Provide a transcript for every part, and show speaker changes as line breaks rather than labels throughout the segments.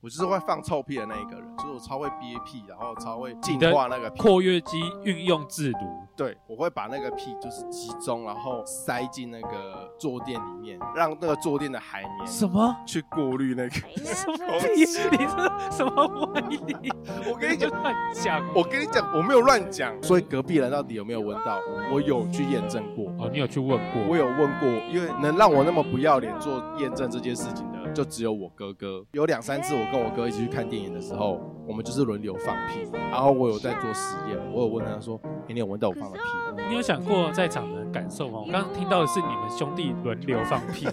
我就是会放臭屁的那一个人，就是我超会憋屁，然后超会净
你的
化那个屁。
括约肌运用自如，
对，我会把那个屁就是集中，然后塞进那个坐垫里面，让那个坐垫的海绵
什么？
去过滤那个。
什么屁？你是什么歪理？
我跟你讲，
乱讲
我跟你讲，我没有乱讲。所以隔壁人到底有没有闻到？我有去验证过，
哦，你有去问过？
我有问过，因为能让我那么不要脸做验证这件事情的，就只有我哥哥。有两三次，我跟我哥一起去看电影的时候，我们就是轮流放屁，然后我有在做实验，我有问他说：“哎、你有闻到我放的屁吗？”
你有想过在场的人感受吗？我刚刚听到的是你们兄弟轮流放 屁。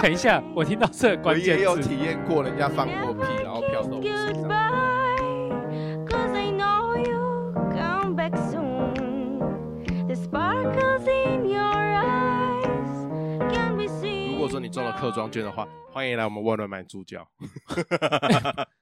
等一下，我听到这个
我
关键
也有
字
体，验过人家放过屁，然后飘到我身上。
Goodbye, 'cause I know you'll come back soon. The sparkles in your eyes can be seen.
如果说你中了客庄券的话，欢迎来我们万人买猪脚。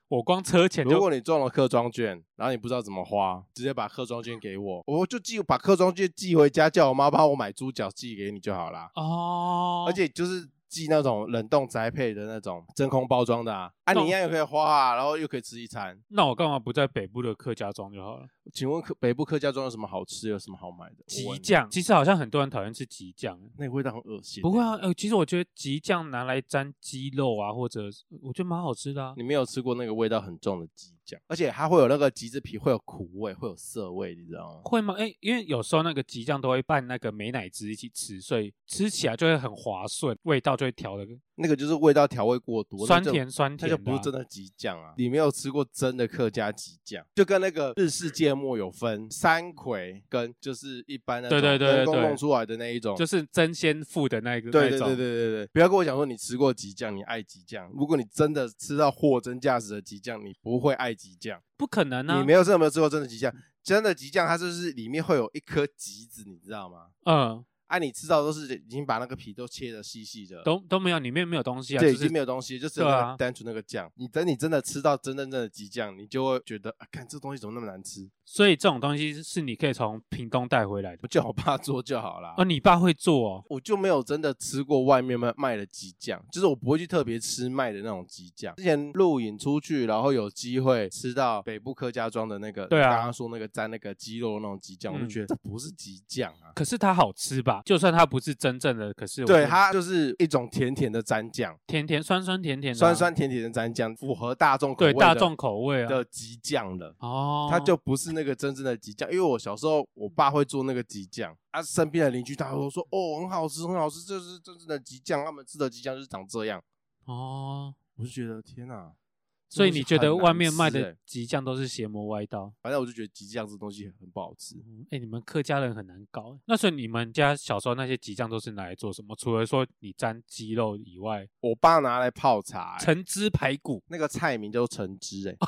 我光车 钱
如
就
果你中了客庄券，然后你不知道怎么花，直接把客庄券给我，我就寄把客庄券寄回家，叫我妈帮我买猪脚寄给你就好啦。
哦，
而且就是寄那种冷冻宅配的那种真空包装的啊，啊
那我
你一样也可以花啊，然后又可以吃一餐。
那我干嘛不在北部的客家庄就好了？
请问客北部客家庄有什么好吃，有什么好买的？我
吉
问你，
酱，其实好像很多人讨厌吃吉酱，
那个味道很恶心。欸
不会，啊，呃，其实我觉得吉酱拿来沾鸡肉啊，或者是我觉得蛮好吃的啊。
你没有吃过那个味道很重的鸡酱，而且它会有那个橘子皮，会有苦味，会有涩味，你知道吗？
会吗？哎、因为有时候那个吉酱都会拌那个美乃滋一起吃，所以吃起来就会很滑顺，味道就会调的
那个就是味道调味过多，
酸
那就
甜酸
它
甜的
就
啊、
不是真的鸡酱啊！你没有吃过真的客家鸡酱，就跟那个日式芥末有分山葵跟就是一般的
对对对对
人工
对
弄出来的那一种，
就是争先付的那个
对对
那
对对
种。
对对，不要跟我讲说你吃过鸡酱，你爱鸡酱。如果你真的吃到货真价实的鸡酱，你不会爱鸡酱。
不可能啊！
你没有真的没有吃过真的鸡酱，真的鸡酱它就是里面会有一颗橘子，你知道吗？
嗯，
啊，你吃到都是已经把那个皮都切的细细的，
都都没有，里面没有东西啊，
对，
就
已
是
经没有东西，就只有
对
那
啊
个单纯那个酱。你等你真的吃到真真正的鸡酱，你就会觉得，啊，看这东西怎么那么难吃，
所以这种东西是你可以从屏东带回来的
我。叫我爸做就好啦。
哦，你爸会做哦，
我就没有真的吃过外面卖卖的鸡酱，就是我不会去特别吃卖的那种鸡酱。之前录影出去，然后有机会吃到北部客家庄的那个，
对啊
刚刚说那个沾那个鸡肉的那种鸡酱，我就
嗯
觉得这不是鸡酱啊。
可是它好吃吧？就算它不是真正的，可是我
对，
觉得
它就是一种甜甜的蘸酱，
甜甜酸酸甜甜的啊、
酸酸甜甜的蘸酱，符合大众口味
对
的
大众口味啊。
的鸡酱了。
哦，
它就不是那个真正的鸡酱，因为我小时候我爸会做那个鸡酱，啊，身边的邻居大家都说哦很好吃，很好吃，这是真正的鸡酱，他们吃的鸡酱就是长这样。
哦，
我就觉得天哪，
所以你觉得外面卖
这东西很难吃
的
欸
吉酱都是邪魔歪道？
反正我就觉得鸡酱这东西很不好吃。
嗯哎、你们客家人很难搞欸。那所以你们家小时候那些吉酱都是拿来做什么？除了说你沾鸡肉以外，
我爸拿来泡茶、欸，
橙汁排骨。
那个菜名叫橙汁、欸，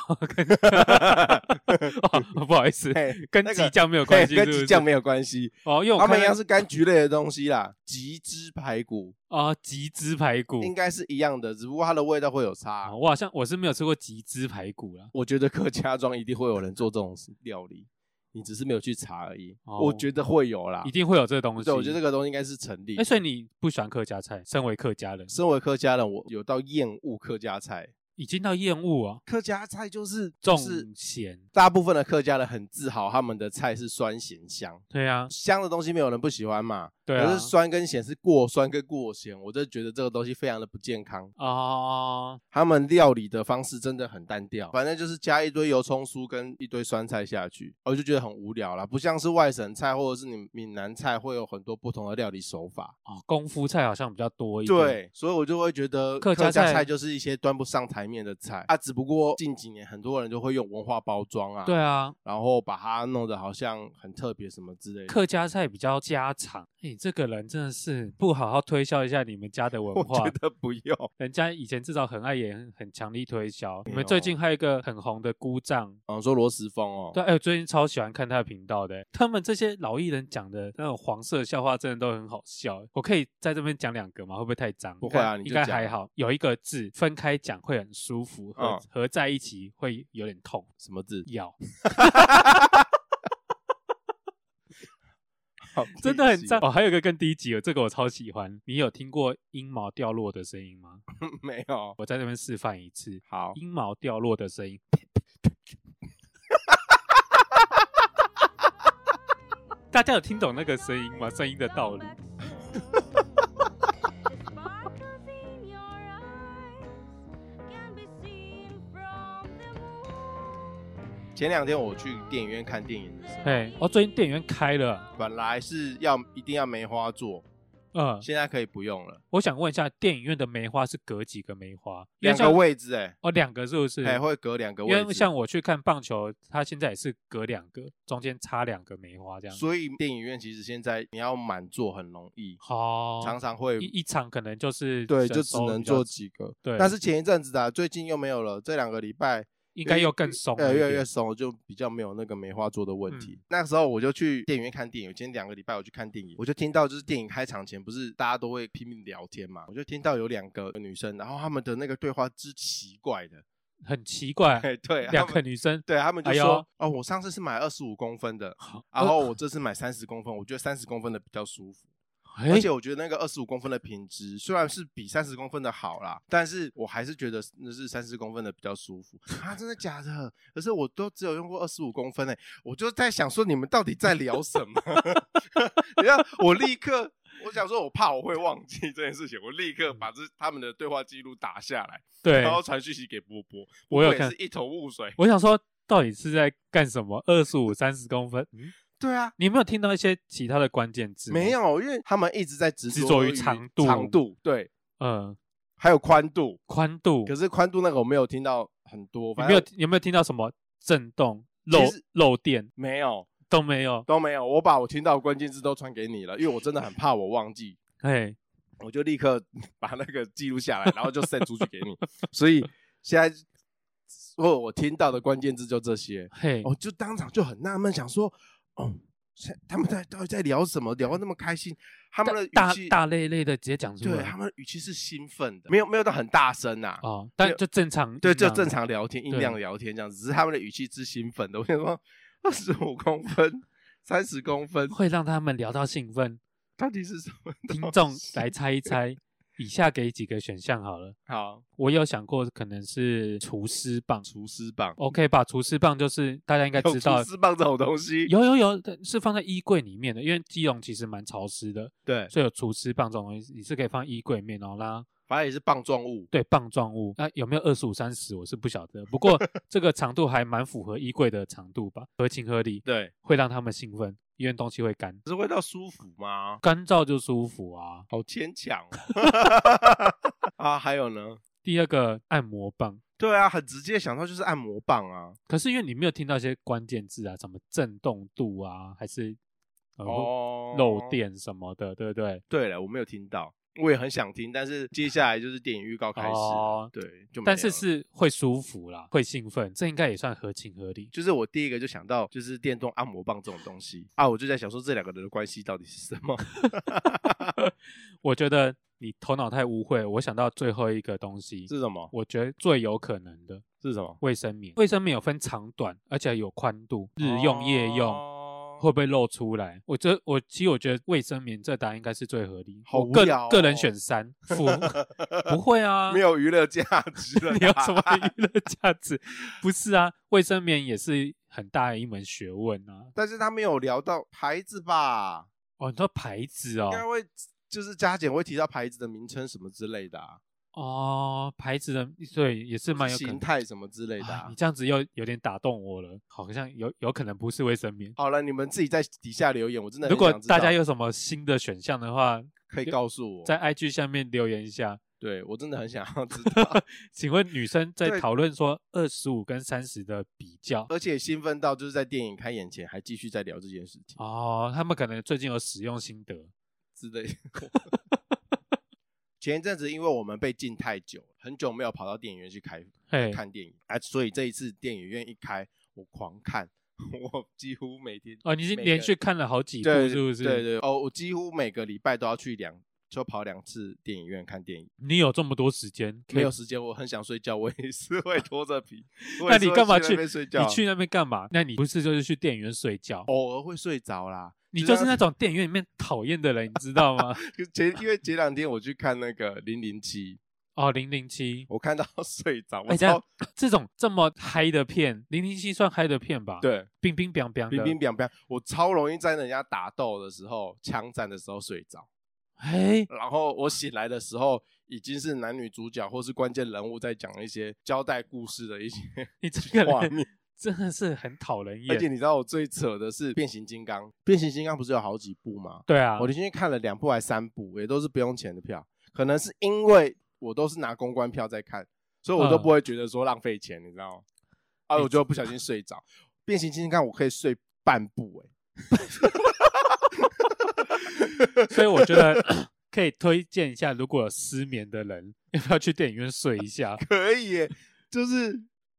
哦，不好意思，
哎、
跟
那个
吉酱没有关系，
嘿跟
是不
鸡
是
酱没有关系，
哦，因为我
他们
看
一
到
样是柑橘类的东西啦，橘汁排骨
哦，吉汁排骨。
应该是一样的，只不过它的味道会有差。
啊，我好像我是没有吃过吉汁排骨啦。
我觉得客家庄一定会有人做这种料理，你只是没有去查而已。
哦
我觉得会有啦，
一定会有这个东西。
对，我觉得这个东西应该啊是成立
哎、。所以你不喜欢客家菜？身为客家人，
身为客家人，我有到厌恶客家菜。
已经到厌恶啊，
客家菜就是
重
就是
咸。
大部分的客家人很自豪，他们的菜是酸咸香，
对啊，
香的东西没有人不喜欢嘛。
对啊
可是酸跟咸是过酸跟过咸，我就觉得这个东西非常的不健康。
哦，
他们料理的方式真的很单调，反正就是加一堆油葱酥跟一堆酸菜下去，我就觉得很无聊啦。不像是外省菜或者是你闽南菜会有很多不同的料理手法，
哦，功夫菜好像比较多一点。，
对，所以我就会觉得
客
客
家
家
菜
菜就是一些端不上台面的菜啊。只不过近几年很多人就会用文化包装啊，
对，啊，
然后把它弄得好像很特别什么之类的。
客家菜比较家常。哎、这个人真的是不好好推销一下你们家的文
我
化
觉。得不用，
人家以前至少很爱演，很强力推销。你
没
们
有
最近还有一个很红的姑丈，
嗯，说罗时峰哦，
对，哎、我最近超喜欢看他的频道的欸。他们这些老艺人讲的那种黄色笑话，真的都很好笑。我可以在这边讲两个吗？会不会太脏？
不会啊
应
你就
该应该
讲
还好。有一个字分开讲会很舒服，合、
嗯
合在一起会有点痛。
什么字？
咬，
好 低
真的很
级
赞。哦，还有一个更低级的，这个我超喜欢。你有听过阴毛掉落的声音吗？
没有。
我在这边示范一次，
好，
阴毛掉落的声音。 大家有听懂那个声音吗？声音的道理。
前两天我去电影院看电影的时候，
哎，哦，最近电影院开了，
本来是要一定要梅花座，
嗯，
现在可以不用了，
我想问一下，电影院的梅花是隔几个梅花？因为
两
像
个位置哎、
哦，两个是不是？
还会隔两个
因
位
为
置，
像我去看棒球，它现在也是隔两个，中间插两个梅花这样。
所以电影院其实现在你要满座很容易，
好，
常常会
一一场可能就是
对，
只
就只
收
能
比较
做，几个。
对
但是前一阵子的啊、最近又没有了，这两个礼拜
应该又更松
越
了一
越
点。嗯
来越松了，就比较没有那个梅花座的问题。那时候我就去电影院看电影，今天两个礼拜我去看电影，我就听到就是电影开场前不是大家都会拼命聊天嘛，我就听到有两个女生，然后她们的那个对话之奇怪的，
很奇怪，
嘿对，她
两
们
个 女生，
对他们就
哎呦
说、哦，我上次是买二十五公分的，然
呃
后我这次买三十公分，我觉得三十公分的比较舒服，
哎
而且我觉得那个二十五公分的品质虽然是比三十公分的好啦，但是我还是觉得那是三十公分的比较舒服啊，真的假的？可是我都只有用过二十五公分诶、欸我就在想说你们到底在聊什么？ 你看我立刻。我想说，我怕我会忘记这件事情，我立刻把这他们的对话记录打下来，
对
然，后传讯息给波波。
我
波
有
波也
看
是一头雾水。
我想说到底是在干什么？二十五、三十公分，嗯
对啊，
你有没有听到一些其他的关键字？
没，有，因为他们一直在执
执
着
着于长度
长度对，
嗯，
还有宽度。
宽度。
可是宽度那个我没有听到很多，
有
反
没
正
有有没有听到什么震动、漏
其实
漏电
没有
都没有？
都没有。我把我听到的关键字都传给你了，因为我真的很怕我忘记，
哎，
我就立刻 把那个记录下来，然后就 send 出去给你。所以现在我我听到的关键字就这些，
嘿，
我就当场就很纳闷，想说，哦，现他们在到底在聊什么？聊得那么开心，他们的
大
语气
大大咧咧的直接讲出
对
来
他们的语气是兴奋的，没有没有到很大声啊呐、
哦，
没
但
有
就正常，
对，就正。常聊天，音
对
量聊天这样，只是他们的语气之兴奋的。我想说，二十五公分、三十公分，
会让他们聊到兴 奋。
到底是什么东西？
听众来猜一猜，以下给几个选项好了。
好，
我有想过可能是厨师棒
厨师棒，
，OK 吧？厨师棒就是大家应该
有
知道
厨，师棒这种东西，
有有有是放在衣柜里面的，因为基隆其实蛮潮湿的，
对，
所以有厨师棒这种东西，你是可以放衣柜里面，然后让它
反正也是棒状物。
对棒状物。那有没有二十五、三十，我是不晓得。不 过这个长度还蛮符合衣柜的长度吧，合情合理，
对，
会让他们兴奋，因为东西会干，
可是味道舒服吗？
干燥就舒服啊。
好牵强哦、 啊！还有呢？
第二个按摩棒。
对啊，很直接想到就是按摩棒啊。
可是因为你没有听到一些关键字啊，什么震动度啊，还是呃
哦，
漏。电什么的，对不对？
对了，我没有听到，我也很想听，但是接下来就是电影预告开始了。
哦
对，就没
但是
有了
是会舒服啦，会兴奋，这应该也算合情合 理。
就是我第一个就想到就是电动按摩棒这种东西啊，我就在想说这两个人的关系到底是什么？
我觉得你头脑太污秽，我想到最后一个东西，
是什么？
我觉得最有可能的
是什么？
卫生棉。卫生棉有分长短，而且有宽度， 日用、夜用。
哦
会不会露出来？我这我其实我觉得卫生棉这答案应该是最合理。
好
我
无
个
聊
个人
哦
选三，负不会啊，？
没有娱乐价值了
你有什么娱乐价值？不是啊，卫生棉也是很大的一门学问啊。
但是他没有聊到牌子吧？
哦，你说牌子哦
应，该会就是加减会提到牌子的名称什么之类的、啊，
哦，牌子的对也是蛮有可能
形。态什么之类的、
啊
啊
你。这样子又有点打动我了，好像有有可能不是卫生棉。
好了，你们自己在底下留言，我真的很
如果
想知道
大家有什么新的选项的话，
可以告诉我，
在 IG 下面留言一下。
对我真的很想要知道，
请问女生在
对
讨论说二十五跟三十的比较
而且兴奋到就是在电影开演前还继续在聊这件事情
哦，他们可能最近有使用心得，
之类 的。前一阵子，因为我们被禁太久，很久没有跑到电影院去开
嘿，
看电影，啊，所以这一次电影院一开，我狂看， 我几乎每天
哦，你是
每个
连续看了好几部
对
是不是？
对对哦，我几乎每个礼拜都要去两，就跑两次电影院看电影。
你有这么多时间，可
没
以
有时间，我很想睡觉，我也是会拖着 皮。我
那
也是
你
会
干嘛
那
去？
边睡觉？哦
你去那边干嘛？那你不是就是去电影院睡觉？
偶尔会睡着啦，
你
知
就是
道
那种电影院里面讨厌的人，你知道吗？
前因为前两天我去看那个零零七，
哦，零零七
我看到 睡着，我
哎这样
超
这种这么嗨的片，零零七算嗨的片吧？，
对
冰冰冰冰的，
冰冰冰冰，我超容易在人家打斗的时候、枪战的时候睡着，
哎，
然后我醒来的时候已经是男女主角或是关键人物在讲一些交代故事的一些
你这个
画
人
面。
真的是很讨人
而且
厌。
你知道我最扯的是变形金刚，变形金刚不是有好几部吗？
对啊
我，连续看了两部还三部，也都是不用钱的票。可能是因为我都是拿公关票在看，所以我都
嗯
不会觉得说浪费钱，你知道吗？啊，
你
我就不小心睡着。变形金刚我可以睡半部、欸
所以我觉得可以推荐一下，如果有失眠的人，要不要去电影院睡一下？
哎，可以、耶，就是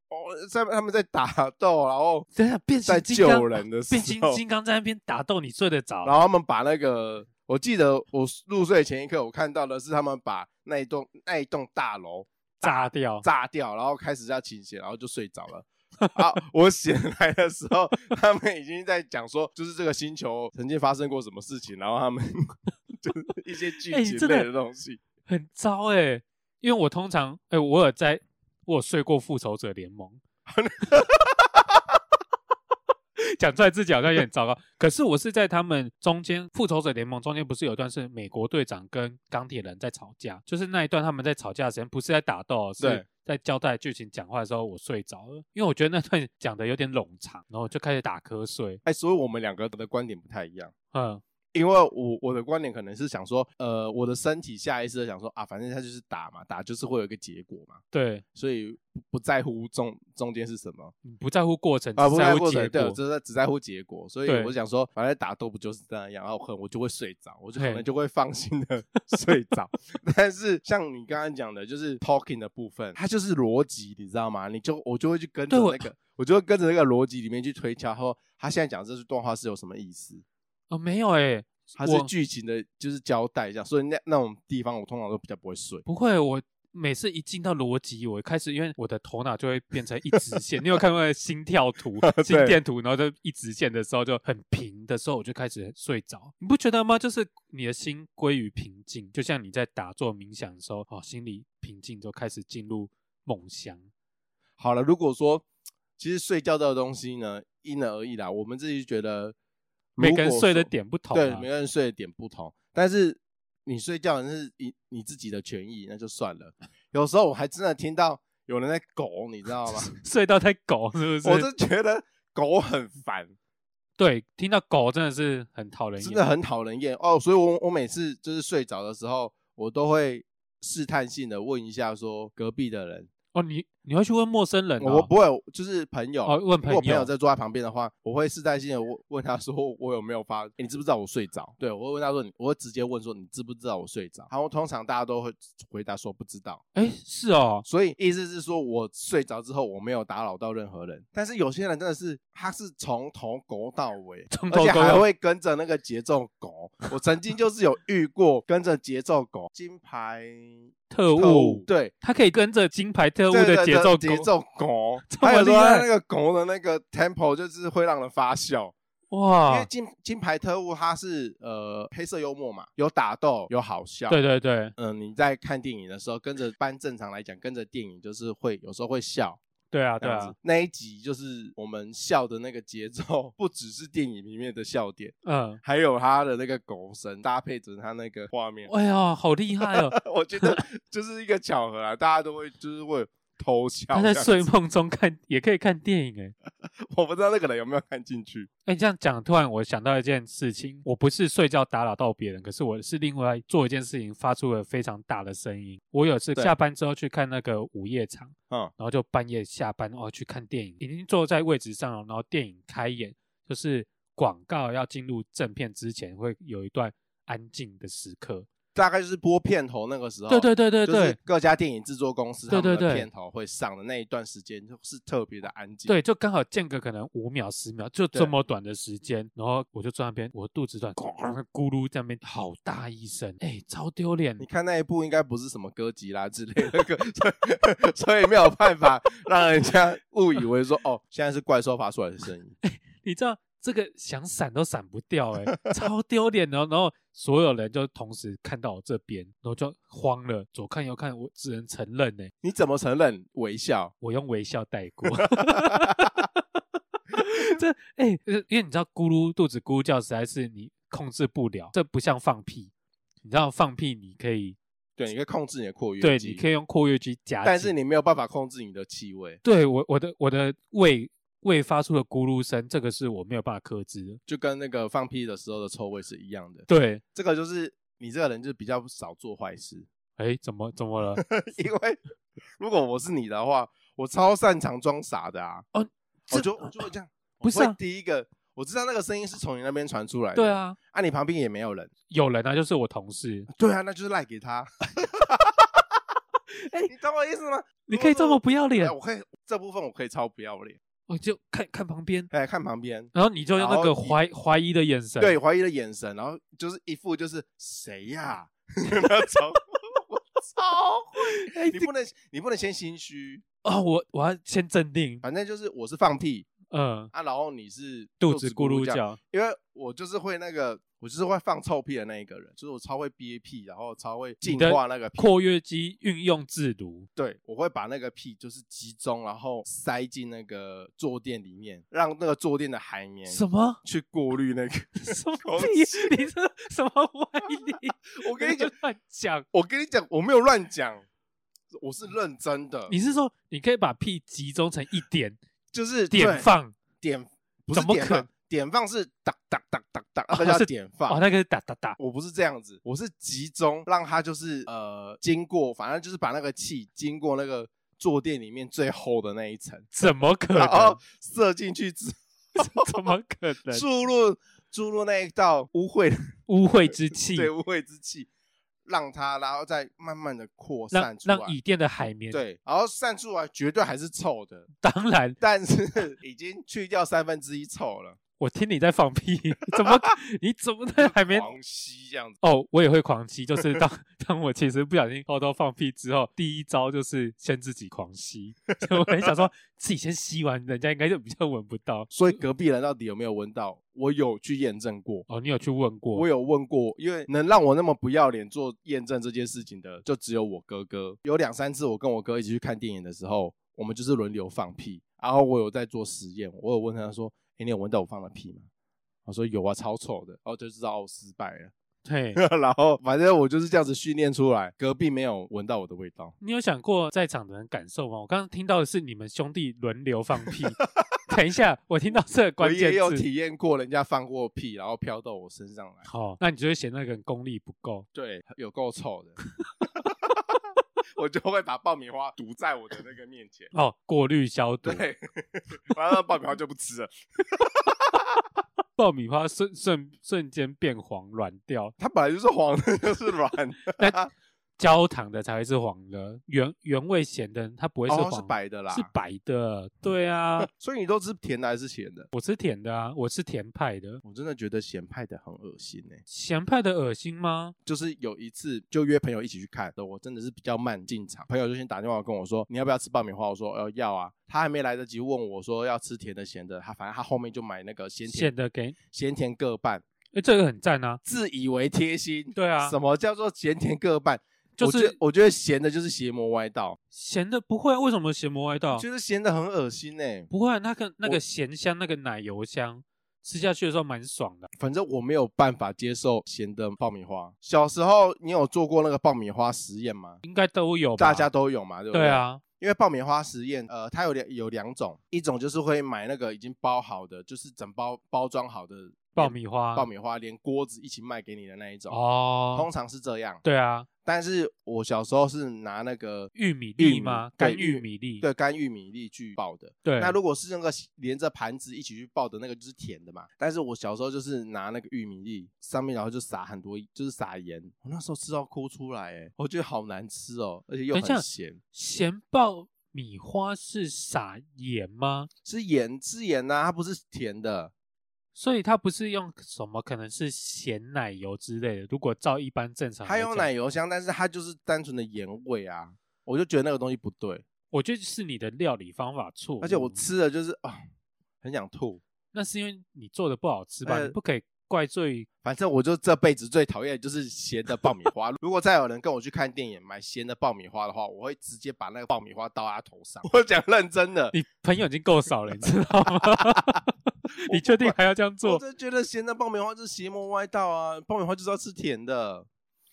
哦，在他们在打斗，然后
等一下 变
在
形金刚
救人的时
变形
候，
金刚在那边打斗，你睡得着？
然后他们把那个，我记得我入睡前一刻，我看到的是他们把那一栋那一栋大楼
炸掉，
炸掉，然后开始要倾斜，然后就睡着了。啊！我醒来的时候，他们已经在讲说，就是这个星球曾经发生过什么事情，然后他们 就是一些剧
哎你
情
真的
类的东西。
很糟哎、因为我通常哎、我有在，我有睡过复仇者联盟。 讲出来自己好像有点糟糕，可是我是在他们中间，复仇者联盟中间不是有一段是美国队长跟钢铁人在吵架，就是那一段他们在吵架的时间，不是在打斗哦，
对
是在交代剧情讲话的时候，我睡着了，因为我觉得那段讲的有点冗长，然后我就开始打瞌睡。
哎，所以我们两个的观点不太一样，
嗯，
因为我我的观点可能是想说，呃，我的身体下意识的想说啊，反正他就是打嘛，打就是会有一个结果嘛，
对，
所以不不在乎中中间是什么。
你不在乎过程，
啊，
只
不
在
在
乎
乎
结
结
果
对，。只在只在乎结果，所以
对
我想说，反正打斗不就是这样，然后很我就会睡着，我就可
嘿
能就会放心的 睡着。但是像你刚刚讲的，就是 talking 的部分，它就是逻辑，你知道吗？你就我就会去跟着
对我
那个，我就会跟着那个逻辑里面去推敲，说他现在讲这段话是有什么意思，
哦，没有哎、
它是
我
剧情的，就是交代一下。所以那那种地方，我通常都比较不会睡。、
不会，我每次一进到逻辑，我开始因为我的头脑就会变成一直线。你有看过那心跳图
对
心电图，然后就一直线的时候就很平的时候，我就开始睡着。你不觉得吗？就是你的心归于平静，就像你在打坐冥想的时候，哦，心里平静就开始进入梦乡。
好了，如果说其实睡觉这个东西呢，因人而异啦，我们自己觉得
每个人
如果
睡的
说
点不同、啊，
对，每个人睡的点不同，但是你睡觉那是你你自己的权益，那就算了。有时候我还真的听到有人在狗，你知道 吗？
睡到在狗是不是？
我就觉得狗很烦，
对，听到狗真的是很讨人厌，
真的很讨人厌哦。所以我我每次就是睡着的时候，我都会试探性的问一下说隔壁的人，
哦。你你会去问陌生人、哦？
我不会就是朋友。
哦，问
如
朋
果
友，
朋友在坐在旁边的话，我会试探性的问问他说我有没有发，欸你知不知道我睡着？对我会问他说你，我会直接问说你知不知道我睡着？然后通常大家都会回答说不知道。
哎，是哦，
所以意思是说，我睡着之后我没有打扰到任何人。但是有些人真的是，他是从头狗到尾，
从
而
头
且
狗到
还
尾
会跟着那个节奏狗。我曾经就是有遇过跟着节奏狗，金牌
特
特
务，
对，
他可以跟着金牌特务的节奏
奏
狗
节奏狗，
这么
还有说
厉
他
害
那个狗的那个 tempo 就是会让人发笑。因为
哇，
金金牌特务它是呃黑色幽默嘛，有打斗，有好笑，
对对对
嗯、你在看电影的时候，跟着般正常来讲，跟着电影就是会有时候会笑，
对啊对
这样
啊
子，。那一集就是我们笑的那个节奏，不只是电影里面的笑点，
嗯，
还有他的那个狗绳搭配着他那个画面，
哎呀，好厉害哦！
我觉得就是一个巧合啊，大家都会就是会偷笑。
他在
这样
睡
子，
梦中看也可以看电影哎。
我不知道那个人有没有看进去。
哎，你这样讲，突然我想到一件事情，我不是睡觉打扰到别人，可是我是另外做一件事情，发出了非常大的声音。我有一次
对
下班之后去看那个午夜场，
嗯，
然后就半夜下班哦去看电影，已经坐在位置上了，然后电影开演，就是广告要进入正片之前会有一段安静的时刻。
大概就是播片头那个时候，
对对对对
就
对
是，各家电影制作公司
对
他们
对
的
对
片头会上的那一段时间，就是特别的安静。
对，就刚好间隔可能五秒、十秒，就这
对
么短的时间，然后我就坐那边，我肚子突然咕噜在那边，好大一声，哎、超丢脸
你！看那一部应该不是什么歌吉啦之类的歌， 所以所以没有办法让人家误以为说哦，现在是怪兽发出来的声音。
你知道这个想闪都闪不掉、欸，哎，超丢脸的。然后，然后所有人就同时看到我这边，然后就慌了，左看右看，我只能承认、欸，哎，
你怎么承认？微笑，
我用微笑带 过。这哎、呃因为你知道咕噜肚子咕噜叫，实在是你控制不了，这不像放屁。你知道放屁，你可以
对，你可以控制你的括约
对，
肌
你可以用括约肌夹紧，
但是你没有办法控制你的气味，
对我我的我的胃胃发出的咕噜声，这个是我没有办法克制的。
就跟那个放屁的时候的臭味是一样的。
对，
这个就是你这个人就比较少做坏事，
哎，怎么怎 么了？
因为如果我是你的话，我超擅长装傻的啊！
哦，
我
这
就我就会这样，
不是啊
我会第一个我知道那个声音是从你那边传出来的，
对，啊，
啊，你旁边也没有人，
有人啊，就是我同事，
对啊，那就是赖给 他。哎、你懂我意思吗？
你可以这么不要
哎
脸，
我可以这部分我可以超不要脸，
我就看看旁边，
哎，看旁边，
然后你就用那
然
个
后你
怀怀疑的眼神，
对，怀疑的眼神，然后就是一副就是谁呀、 那种，我 超
哎
会，你不能你不能先心虚，
哦，我我要先镇定，
反正就是我是放屁
嗯，
啊，然后你是
肚子咕
噜
噜，叫，
因为我就是会那个，我就是会放臭屁的那一个人，就是我超会憋屁，然后超会净
的
化那个屁，
括约肌运用自如，
对，我会把那个屁就是集中，然后塞进那个坐垫里面，让那个坐垫的海绵
什么
去过滤 那个。
什么
口
屁？你这什 么歪理？
我跟你讲，呃
乱讲，
我跟你讲，我没有乱讲，我是认真的。
你是说你可以把屁集中成一点
就是
点
对
放？
点，不是
怎么
点
可
放，点放是哒哒哒哒哒，那
哦
个叫
是
点
哦，
放。
那个是打打打，
我不是这样子，我是集中让它就是呃经过，反正就是把那个气经过那个坐垫里面最厚的那一层，
怎么可
然
能
后？射进去之
怎么 可能？
注入注入那一道污秽的
污秽之气，
对污秽之气，让它然后再慢慢的扩
让
散出来
让，椅垫的海绵，
对，然后散出来绝对还是臭的，
当然，
但 是已经去掉三分之一臭了，
我听你在 放屁，怎么你怎么在海绵？
狂吸这样子，
哦，我也会狂吸，就是当 当我其实不小心偷偷放屁之后，第一招就是先自己狂吸， 所以我很想说自己先吸完，人家应该就比较闻不到。
所以隔壁人到底有没有闻到？我有去验证过。
哦，你有去问过？
我有问过，因为能让我那么不要脸做验证这件事情的，就只有我哥哥。有两三次，我跟我哥一起去看电影的时候，我们就是轮流放屁。然后我有在做实验，我有问他说：“哎、你有闻到我放的屁吗？”我说：“有啊，超臭的。”然后就知道我失败了。
对，
然后反正我就是这样子训练出来，隔壁没有闻到我的味道。
你有想过在场的人感受吗？我刚刚听到的是你们兄弟轮流放 屁。等一下，我听到这个
我
关键
也有
字。
体验过人家放过屁，然后飘到我身上来，
好、那你就会嫌那个人功力不够。
对，有够臭的。 我就会把爆米花堵在我的那个面前。
哦，过滤消毒，
对， 完了爆米花就不吃了。
爆米花瞬瞬瞬间变黄软掉，
它本来就是黄的， 就是软的， 啊
那焦糖的才会是黄的，原原味咸的它不会是
哦
黄，
是白的啦。
是白的，对啊，
所以你都吃甜的还是咸的？
我吃甜的啊，我吃甜派的，
我真的觉得咸派的很恶心呢、
咸派的恶心吗？
就是有一次就约朋友一起去看的，我真的是比较慢进场，朋友就先打电话跟我说你要不要吃爆米花，我说呃要啊，他还没来得及问我说要吃甜的咸的，他反正他后面就买那个咸
咸
甜
的给，
咸甜各半，
哎、这个很赞啊，
自以为贴心。
对啊
什，么叫做咸甜各半？
就
我觉得
是
我觉得咸的就是邪魔歪道，
咸的不会啊，为什么邪魔歪道？
就是咸的很恶心欸呢、
不会、啊，那个那
我
个咸香，那个奶油香，吃下去的时候蛮爽的。
反正我没有办法接受咸的爆米花。小时候你有做过那个爆米花实验吗？
应该都有吧，
大家都有嘛，对不对？
对。啊，
因为爆米花实验，呃，它有两有两种，一种就是会买那个已经包好的，就是整包包装好的
爆米花，
爆米花，连锅子一起卖给你的那一种。
哦
通，常是这样。。
对啊，
但是我小时候是拿那个
玉米
玉
粒
米
吗？
对
干玉米粒，
对干玉米粒去爆的。
对，
那如果是那个连着盘子一起去爆的那个，就是甜的嘛。但是我小时候就是拿那个玉米粒上面，然后就撒很多，就是撒盐。我那时候吃到哭出来，哎，我觉得好难吃哦，而且又
等一下
很咸，
咸爆米花是撒盐吗？
是盐是盐呐、它不是甜的。
所以它不是用什么，可能是咸奶油之类的。如果照一般正常，
它有奶，油香，但是它就是单纯的盐味啊。我就觉得那个东西不对，
我觉得是你的料理方法错误。
而且我吃了就是啊，很想吐。
那是因为你做的不好吃吧？
呃
你不可以怪罪
反正我就这辈子最讨厌的就是咸的爆米花。 如果再有人跟我去看电影买咸的爆米花的话，我会直接把那个爆米花倒他头上。 我讲认真的，
你朋友已经够少了，你知道吗？ 你确定还要这样
我
做？
真的觉得咸的爆米花就是邪魔歪道啊！爆米花就是要吃甜的。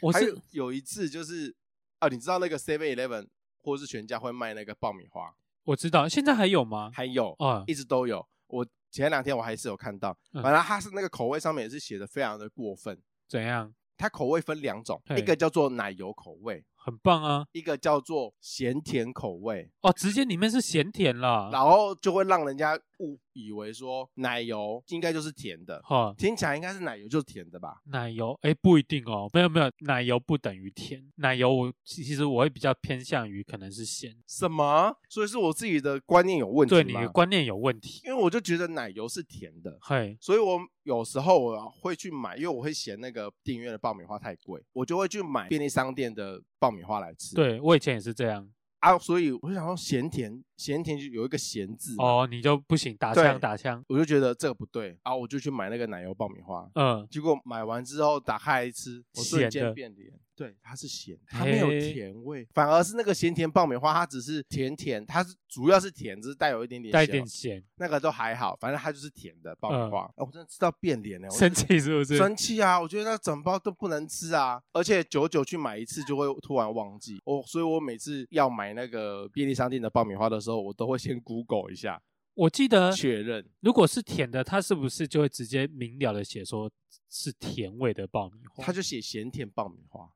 我
还
是
有有一次就是啊，你知道那个 Seven Eleven 或是全家会卖那个爆米花，
我知道，现在还有吗？
还有
啊，
一直都有。我前两天我还是有看到，
嗯
反正它是那个口味上面也是写的非常的过分。
怎样？
它口味分两种，
嘿
一个叫做奶油口味，
很棒啊！
一个叫做咸甜口味，
哦，直接里面是咸甜啦。
然后就会让人家误以为说奶油应该就是甜的，
哈，
听起来应该是奶油就是甜的吧？
哦奶油哎，不一定哦，没有没有，奶油不等于甜。奶油我其其实我会比较偏向于可能是咸，
什么？所以是我自己的观念有问题
对你的
吗？
观念有问题。
因为我就觉得奶油是甜的，
嘿，
所以我有时候我会去买，因为我会嫌那个电影院的爆米花太贵，我就会去买便利商店的爆米花来吃。
对我以前也是这样。
啊，所以我就想说咸甜，咸甜就有一个咸字嘛，
哦，你就不行，打
对
枪打枪。
我就觉得这个不对啊，我就去买那个奶油爆米花。
嗯，
结果买完之后打开来吃，我
咸
瞬间
的
变脸。对，它是咸，它没有
嘿
甜味，反而是那个咸甜爆米花，它只是甜甜，它是主要是甜，只是哦带有一点点
带一
咸
点咸，
那个都还好，反正它就是甜的爆米
嗯
花。啊我真的吃到变脸了，我
生气是不是？
生气啊！我觉得那整包都不能吃啊，而且久久去买一次就会突然忘记我，所以我每次要买那个便利商店的爆米花的时候，我都会先 Google 一下
我记得
确认。
如果是甜的，它是不是就会直接明了的写说是甜味的爆米花？
它就写咸甜爆米花，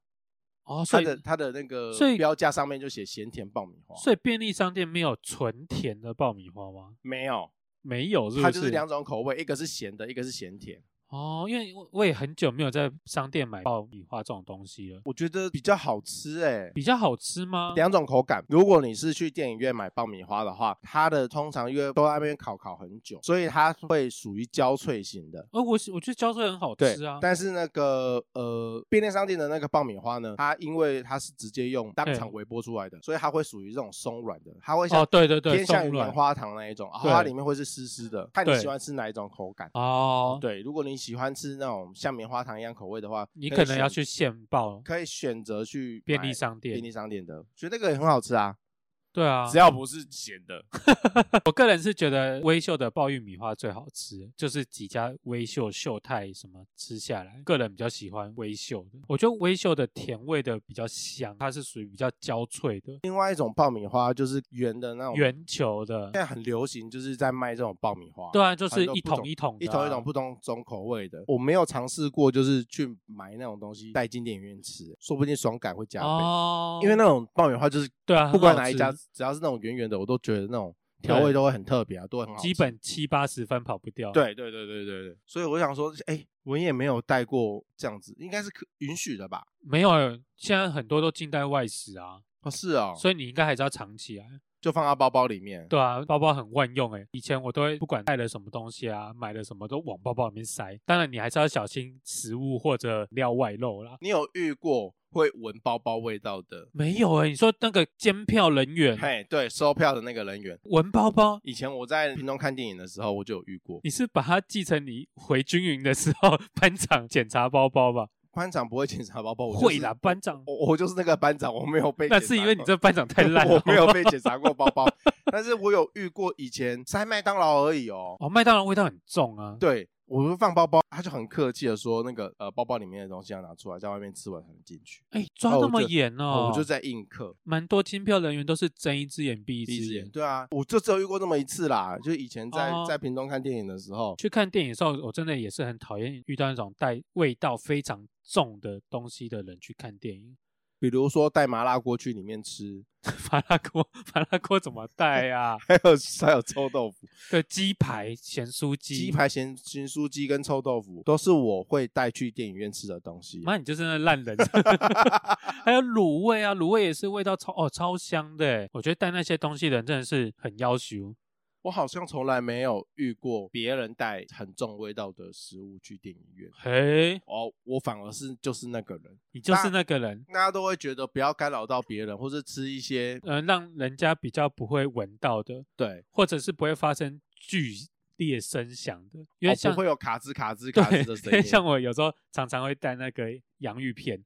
哦，所
它
以
的它的那个
所以
标价上面就写咸甜爆米花，
所以便利商店没有纯甜的爆米花吗？
没有，
没有，是不
它就是两种口味，一个是咸的，一个是咸甜。
哦，因为我我也很久没有在商店买爆米花这种东西了，
我觉得比较好吃哎、
比较好吃吗？
两种口感。如果你是去电影院买爆米花的话，它的通常因为都在那边烤烤很久，所以它会属于焦脆型的。
哦，我喜我觉得焦脆很好
对
吃啊，
但是那个呃，便利商店的那个爆米花呢，它因为它是直接用当场微波出来的，所以它会属于这种松软的，它会像
哦，对对对，
偏向于
松
棉
软
花糖那一种，然后
对
它里面会是湿湿的，看你
对
喜欢吃哪一种口感。
哦，
对，如果你喜欢吃那种像棉花糖一样口味的话，
你
可以
可能要
选
去现爆
可以选择去
便
买
利商
便
店
利，商店的，觉得那个也很好吃啊，
对啊，
只要不是咸的。
我个人是觉得微秀的爆玉米花最好吃，就是几家微秀、秀泰什么吃下来，个人比较喜欢微秀的。我觉得微秀的甜味的比较香，它是属于比较焦脆的、
另外一种爆米花就是圆的那种，现
圆球的。
在很流行，就是在卖这种爆米花。
对啊，就是
很多
一
不
桶
同
一桶的
一
啊
桶一桶不同种口味的，我没有尝试过，就是去买那种东西带进电影院吃，说不定爽感会加倍。
哦，
因为那种爆米花就是
对啊
不管
很好
哪
吃
一家，只要是那种圆圆的，我都觉得那种调味都会很特别啊，都会很好吃。
基本七八十分跑不掉。，
对对对对对对，所以我想说，哎，我也没有带过这样子，应该是可允许的吧？
没有，现在很多都近代外食啊，
哦，是哦，
所以你应该还是要藏起来。
就放到包包里面。
对啊，包包很万用诶、以前我都会不管带了什么东西啊，买了什么都往包包里面塞。当然，你还是要小心食物或者料外漏啦。
你有遇过会闻包包味道的？
没有欸诶、你说那个监票人员
嘿，对，收票的那个人员，
闻包包，
以前我在屏东看电影的时候，我就有遇过。
你是把它记成你回军营的时候 班长检查包包吧？
班长不会检查包包，我就是
会啦，班长，
我我就是那个班长，我没有被检查过。
那是因为你这班长太烂了。
我没有被检查过包包， 但是我有遇过以前塞麦当劳而已哦。
哦，麦当劳味道很重啊。
对，我就放包包，他就很客气的说那个呃包包里面的东西要拿出来，在外面吃完才能进去。
哎，抓
哦
那
我
么
就
严哦，
我就在应客，
蛮多监票人员都是睁一只眼闭一
闭
只
着
眼
眼。。对啊，我就只有遇过那么一次啦，就以前在、
哦
在屏东看电影的时候，
去看电影的时候，我真的也是很讨厌遇到那种带味道非常重的东西的人去看电影。
比如说带麻辣锅去里面吃，
麻辣锅，麻辣锅怎么带呀、啊？
还有还有臭豆腐。
对，鸡排、咸酥鸡，
鸡，排、咸咸酥鸡跟臭豆腐都是我会带去电影院吃的东西。
妈，你就是那烂人。 还有卤味啊，卤味也是味道超哦超香的耶。我觉得带那些东西的人真的是很要求。
我好像从来没有遇过别人带很重味道的食物去电影院。
嘿，
哦，我反而是就是那个人，
你就是那个人，
大家都会觉得不要干扰到别人，或是吃一些
呃嗯、让人家比较不会闻到的，
对
或者是不会发生剧裂声响的，因为
哦
像、
不会有卡吱 卡吱
对
卡吱的，
因为
声
像
音。
我有时候常常会带那个洋芋片，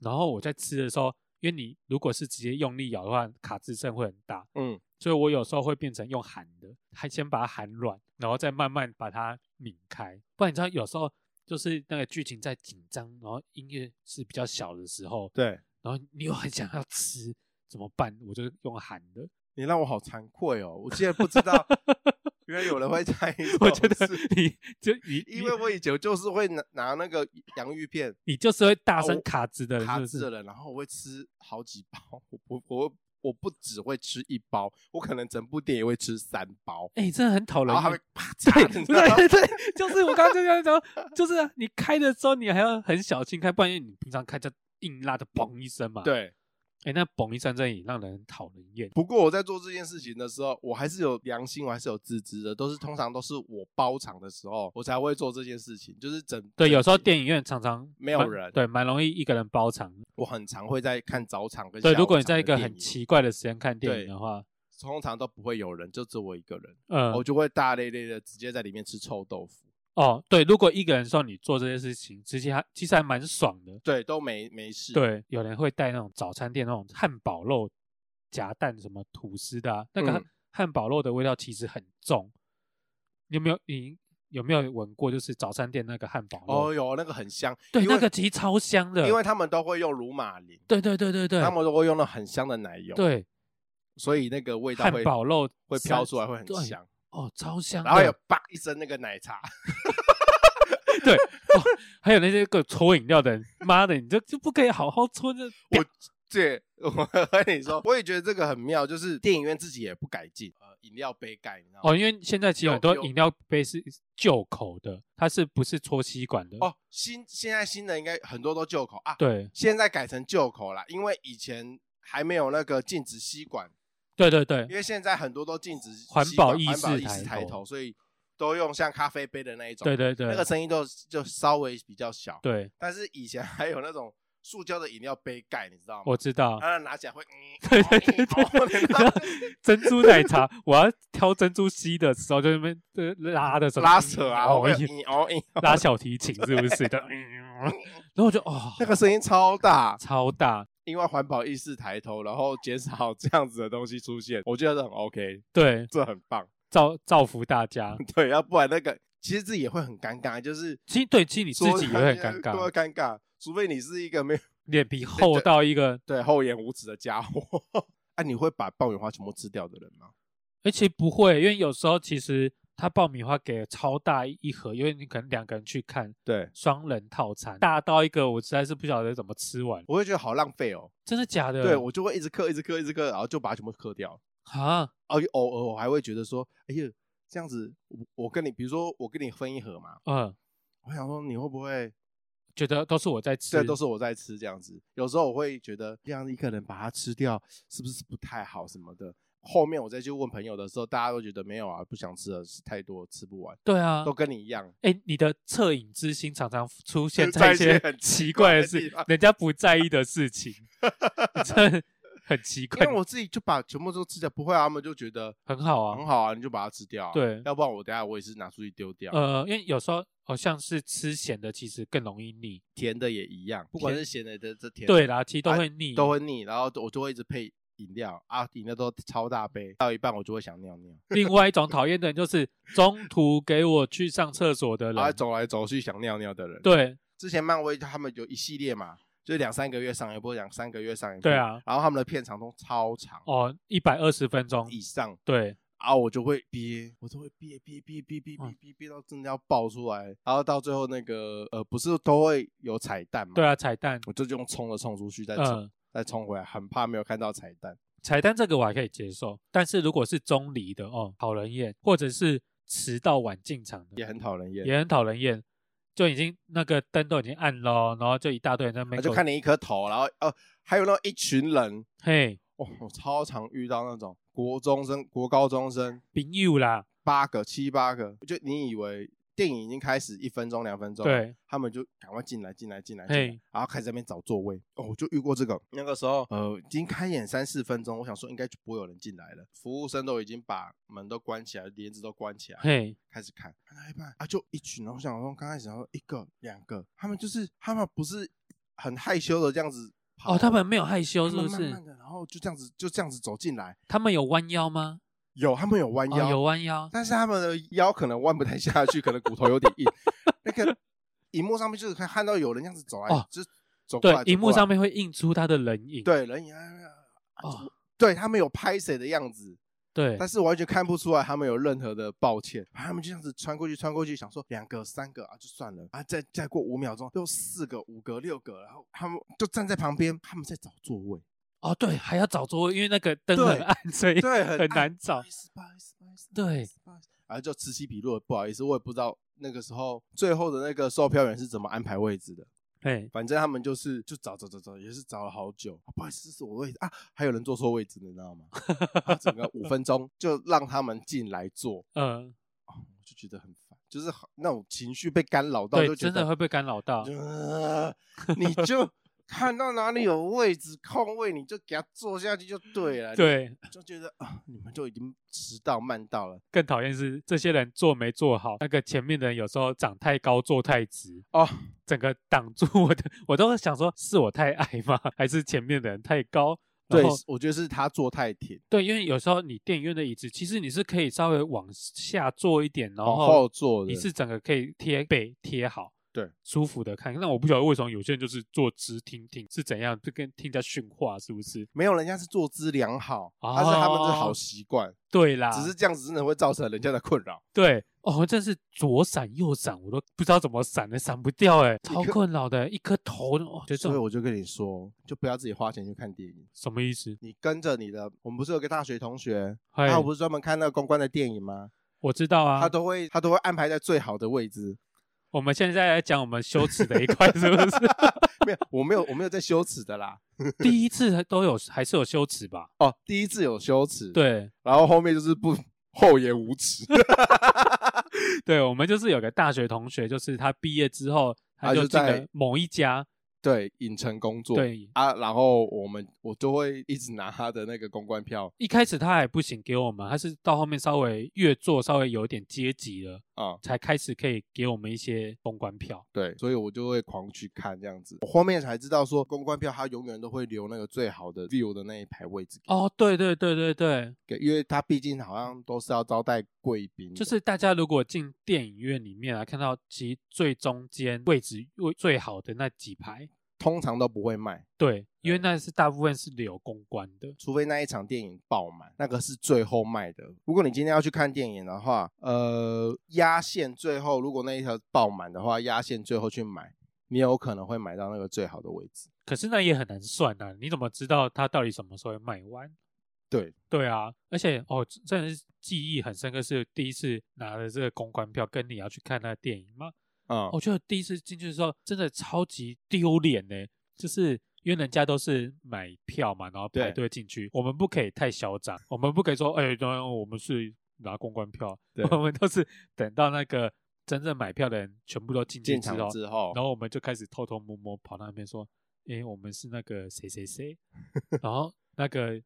然后我在吃的时候，因为你如果是直接用力咬的话，卡吱声会很大，
嗯，
所以我有时候会变成用含的，还先把它含软，然后再慢慢把它抿开。不然你知道，有时候就是那个剧情在紧张，然后音乐是比较小的时候，
对
然后你又很想要吃，怎么办？我就用含的。
你让我好惭愧哦，我竟然不知 道原来有人会猜。
我觉得你就你
因为
你
我以前就是会拿拿那个洋芋片
你就是会大
啊
声
我
卡兹的人，
卡
是不
制
是？
了，然后我会吃好几包，我我我我不只会吃一包，我可能整部电影会吃三包，
哎、真的很讨人
然后还
厌
会。啪
对
嚓，你知道吗
对对对， 就是我刚刚就这样讲，就是啊你开的时候你还要很小心开，不然你平常开就硬拉的嘣一声嘛。，
对。
哎、那嘣一声真的也让人很讨人厌。
不过我在做这件事情的时候，我还是有良心，我还是有自知的，都是通常都是我包场的时候，我才会做这件事情，就是整
对，有时候
电
电影院常常
没有
蛮
人
对，蛮容易一个人包场的。
我很常会在看早场跟
对，
下午
如果你
场
在
的
一个
电
很
影，
奇怪的时间看电
对
影的话，
通常都不会有人，就只有我一个人，
嗯，
我就会大咧咧的直接在里面吃臭豆腐。
哦，对，如果一个人的时候你做这些事情，其实还其实还蛮爽的。
对，都没没事。，
对，有人会带那种早餐店那种汉堡肉夹蛋什么吐司的、啊，那个
嗯
汉堡肉的味道其实很重。你有没有你有没有闻过？就是早餐店那个汉堡肉，
哦哟，那个很香，
对，
因为
那个其实超香的。
因为他们都会用乳马林，
对对对对对，
他们都会用了很香的奶油，，
对
所以那个味道
汉
会
堡肉
会
三
飘出来，会很
对
香，
哦，超香的。
然后有叭一声那个奶茶，
对、哦，还有那些个抽饮料的人，妈的，你这就不可以好好抽这
我对，我和你说，我也觉得这个很妙，就是电影院自己也不改进，呃，饮料杯盖，你知道吗？
哦，因为现在其实
有
很多
有
饮料杯是旧口的，它是不是戳吸管的？
哦，新现在新的应该很多都旧口啊，
对，
现在改成旧口啦，因为以前还没有那个禁止吸管，
对对对
因为现在很多都禁止吸
环保
管
意
环保
识
意识
抬
抬
头
头，所以都用像咖啡杯的那一种，
对对对，
那个声音都就稍微比较小，
对，
但是以前还有那种塑胶的饮料杯盖，你知道吗？
我知道。
然后拿起来会，嗯，
对对对对，你知道珍珠奶茶，我要挑珍珠吸的时候，就在那边呃拉的什么
拉扯啊，
哦
哦，
一
嗯哦，嗯
拉小提琴是不 是？就嗯然后我就哦，
那个声音超大，
超大，
因为环保意识抬头，然后减少这样子的东西出现，我觉得这很 OK，
对，
这很棒。
造造福大家。
对，要不然那个其实自己也会很尴尬，就是
其实对，其实你自
说啊
己 也会很
大家
尴
都会
尬，
尴尬，除非你是一个没有
脸皮厚到一个，
对厚颜无耻的家伙。啊，你会把爆米花全部吃掉的人吗？
而且不会，因为有时候其实它爆米花给了超大一盒，因为你可能两个人去看
对，
双人套餐，大到一个我实在是不晓得怎么吃完，
我会觉得好浪费哦。
真的假的？
对我就会一直嗑，一直嗑，一直嗑，然后就把它全部嗑掉。
啊，
而偶尔我还会觉得说，哎呦，这样子，我我跟你，比如说我跟你分一盒嘛，
嗯，
我想说你会不会，
觉得都是我在吃，
这都是我在吃这样子。有时候我会觉得这样一个人把它吃掉，是不是不太好什么的。后面我再去问朋友的时候，大家都觉得没有啊，不想吃了，是太多，吃不完，
对啊
都。跟你一样。
哎、你的恻隐之心常常出现
在
在
一
一
些
些
很奇
奇
怪
怪
的
的
地
事
方，
人家不在意的 事情，你真的很奇
因
怪
为，我自己就把全部都吃掉，不会啊，他们就觉得
很好啊
很。好啊，你就把它吃掉、啊。
对
要不然我等下我也是拿出去丢掉。
呃，因为有时候好像是吃咸的，其实更容易腻。
甜的也一样，不管是咸的的这甜的，
对啦，其实都
啊
会腻，
都会腻，然后我就会一直配饮料啊，饮料都超大杯，到一半我就会想尿尿，
另外一种讨厌的人就是中途给我去上厕所的人。
然后走来走去想尿尿的人。，
对
之前漫威他们有一系列嘛，就是两三个月上一部，两三个月上一部，
对啊，
然后他们的片长都超长
哦，一百二十分钟，
以上，
对，
啊，我就会憋，我都会憋憋憋憋憋
嗯
憋憋憋到真的要爆出来，然后到最后那个呃，不是都会有彩蛋嘛？
对，啊，彩蛋，
我就用冲的冲出去，再冲
嗯，
再冲回来，很怕没有看到彩蛋。
彩蛋这个我还可以接受，但是如果是中离的哦，讨人厌，或者是迟到晚进场的，
也很讨人厌，
也很讨人厌，就已经那个灯都已经暗喽，然后就一大堆人在那
啊
边
就
给我
看你一颗头，然后哦，还有那一群人，
嘿，
哦，我超常遇到那种国中生、国高中生，
朋友啦，
八个、七八个，就你以为电影已经开始一分钟两分钟，，
对，
他们就赶快进来进来进来进来
嘿，
然后开始在那边找座位。哦，我就遇过这个，那个时候呃已经开演三四分钟，我想说应该就不会有人进来了，服务生都已经把门都关起来，帘子都关起来，
嘿，
开始看，看到一半啊就一群，然后我想说刚开始然后一个两个，他们就是他们不是很害羞的这样子跑。
哦，他们没有害羞
他
是
们
不
慢
是？
慢的，然后就这样子，就这样子走进来。
他们有弯腰吗？
有，他们有弯腰，
哦，有弯腰，
但是他们的腰可能弯不太下去，可能骨头有 点硬。那个荧幕上面就是可以看到有人这样子走来，
哦
就是走过
对
来，走过来
荧幕上面会映出他的人影，
对人影，哎呀
哦，
对他们有拍谁的样子，
对，
但是完全看不出来他们有任何的抱歉。啊他们就这样子穿过去，穿过去，想说两个、三个啊，就算了啊，再再过五秒钟又四个、五个、六个，然后他们就站在旁边，他们在找座 位，
哦，对，还要找座位，因为那个灯
对
很暗，所以
对，
很
很
难找
不好意思，不好意思，不好意思，
对
不好意思，不好意思然后就此起彼落，不好意思，我也不知道那个时候最后的那个售票员是怎么安排位置的。
嘿，
反正他们就是就找找找找，也是找了好久。啊不好意思，这是我位置啊，还有人坐错位置，你知道吗？啊整个五分 钟就让他们进来坐，
嗯，
啊，我就觉得很烦，就是好那种情绪被干扰到，
对，
就觉
真的
得
会被干扰到，
就呃你就 看到哪里有位置空位，你就给他坐下去就对了。，
对，
就觉得啊，你们就已经迟到慢到了。
更讨厌是这些人坐没坐好，那个前面的人有时候长太高，坐太直，
哦，
整个挡住 我的，我都想说是我太矮吗？还是前面的人太高？然
对
后，
我觉得是他坐太挺，
对，因为有时候你电影院的椅子，其实你是可以稍微往下坐一点，然
往
后
后坐的
你。是整个可以贴背贴好，
对，
舒服的看。那我不晓得为什么有些人就是坐直挺挺是怎样，就跟听人家训话是不是？
没有，人家是坐姿良好，但是他们是
哦
好习惯，
对啦，
只是这样子真的会造成人家的困扰。
对哦，真是左闪右闪，我都不知道怎么闪的，闪不掉哎、超
颗
困扰的，一颗头哦，就这
所以
种
我就跟你说，就不要自己花钱去看电影，
什么意思？
你跟着你的，我们不是有个大学同学，
嘿，
他不是专门看那个公关的电影吗？
我知道啊
啊他，都会他都会安排在最好的位置。
我们现在来讲我们羞耻的一块， 是不是？
没有，我没有我没有在羞耻的啦。
第一次都有，还是有羞耻吧？
哦，第一次有羞耻，，
对
然后后面就是不厚颜无耻，
对，我们就是有个大学同学，就是他毕业之后，
他
他
就
就进
在
了某一家，
对，影城工作，
对，
啊，然后我们我就会一直拿他的那个公关票
一开始他还不行给我们，他是到后面稍微越做稍微有一点阶级了，
啊、
才开始可以给我们一些公关票。
对，所以我就会狂去看这样子。我后面才知道说，公关票它永远都会留那个最好的 view 的那一排位置给，
哦，对对对对对，
给因为它毕竟好像都是要招待贵宾的，
就是大家如果进电影院里面啊，看到其最中间位置位最好的那几排，
通常都不会卖，
对，因为那是大部分是留公关的。
除非那一场电影爆满，那个是最后卖的。如果你今天要去看电影的话，呃，压线最后如果那一条爆满的话，压线最后去买，你有可能会买到那个最好的位置。
可是那也很难算啊，你怎么知道它到底什么时候会卖完？
对，
对啊，而且哦，真的是记忆很深刻，是第一次拿了这个公关票，跟你要去看那个电影嘛。
嗯，
哦我觉得第一次进去的时候，真的超级丢脸呢，就是因为人家都是买票嘛，然后排
对
队进去，我们不可以太嚣张，我们不可以说，哎、当然我们是拿公关票，
对
我们都是等到那个真正买票的人全部都进去
进
之
场
后，
之后，
然后我们就开始偷偷摸摸跑到那边说，哎、我们是那个谁谁 谁，然后那个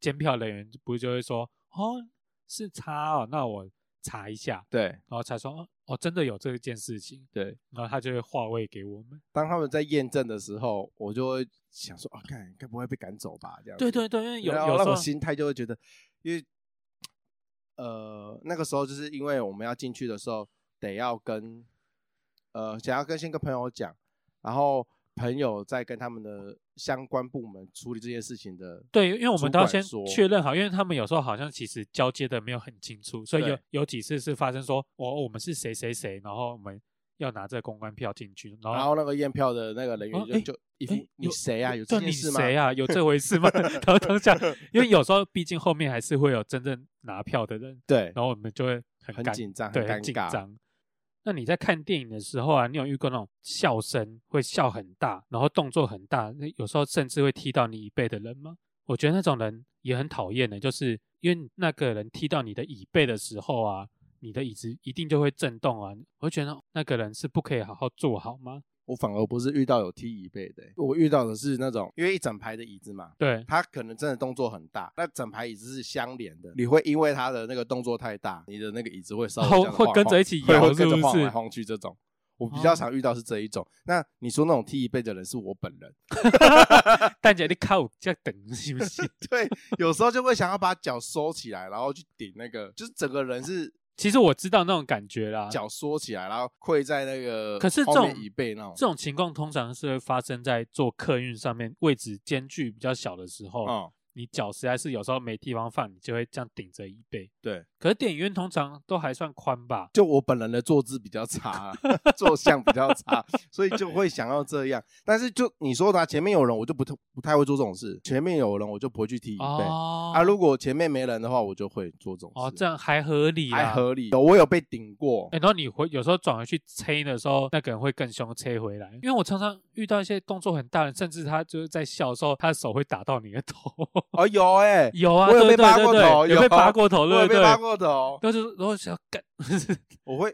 监票人员不是就会说，哦，是他哦，那我查一下，
对
然后才说，哦，哦真的有这件事情。
对，
然后他就会划位给我们。
当他们在验证的时候，我就会想说，啊，看该不会被赶走吧？这样子
对对对，因为有
然后
有
那
时
啊我
候
心态就会觉得，因为呃那个时候就是因为我们要进去的时候，得要跟呃想要跟先跟朋友讲，然后朋友再跟他们的相关部门处理这件事情的。
对，因为我们
主
都要
管
先
说
确认好，因为他们有时候好像其实交接的没有很清楚，所以有
对
有几次是发生说，哦，我们是谁谁谁，然后我们要拿这个公关票进去，然
然
后
后那个验票的那个人员
哦
就、
诶
就一副、
哎，
你谁啊？有
有
这
对
件
你
事吗？
谁啊？有这回事 吗？ 然后当下，因为有时候毕竟后面还是会有真正拿票的人，
对，
然后我们就会很
很
哦尴
紧张，
对，
尴
紧
尬。
张。那你在看电影的时候啊，你有遇过那种笑声会笑很大，然后动作很大，那有时候甚至会踢到你椅背的人吗？我觉得那种人也很讨厌的，就是因为那个人踢到你的椅背的时候啊，你的椅子一定就会震动啊。我就觉得那个人是不可以好好坐好吗？
我反而不是遇到有踢椅背的欸、我遇到的是那种因为一整排的椅子嘛，
对，
他可能真的动作很大，那整排椅子是相连的，你会因为他的那个动作太大，你的那个椅子会稍微
后
这样晃
会跟着一 起
会
摇
会跟
是
着
不
晃
是
来晃去这种。我比较常遇到是这一种。那你说那种踢椅背的人是我本人，
蛋姐你靠这样等是不是？
对，有时候就会想要把脚收起来，然后去顶那个，就是整个人是
其实我知道那种感觉啦，
脚缩起来，然后跪在那个
可是这
后
种
面椅背那种，
这种情况通常是会发生在坐客运上面位置间距比较小的时候，
嗯，
你脚实在是有时候没地方放，你就会这样顶着椅背。
对，
可是电影院通常都还算宽吧？
就我本人的坐姿比较差，啊 坐相比较差，所以就会想要这样。但是就你说的、啊，前面有人，我就不太不太会做这种事；前面有人，我就不会去踢椅背。
哦
啊，如果前面没人的话，我就会做这种事。
哦，这样还合理
还
啊。
合理。有我有被顶过，
哎、然后你回有时候转回去催的时候，那个人会更凶催回来，因为我常常遇到一些动作很大的人，甚至他就是在笑的时候，他的手会打到你的头。
哦，有哎、
有啊，
我有
对
被
对
拔
对
过
对
头
有被
有
拔过头，
我
对
也
对
被
对。
拉过头，
但是然后想要干，
我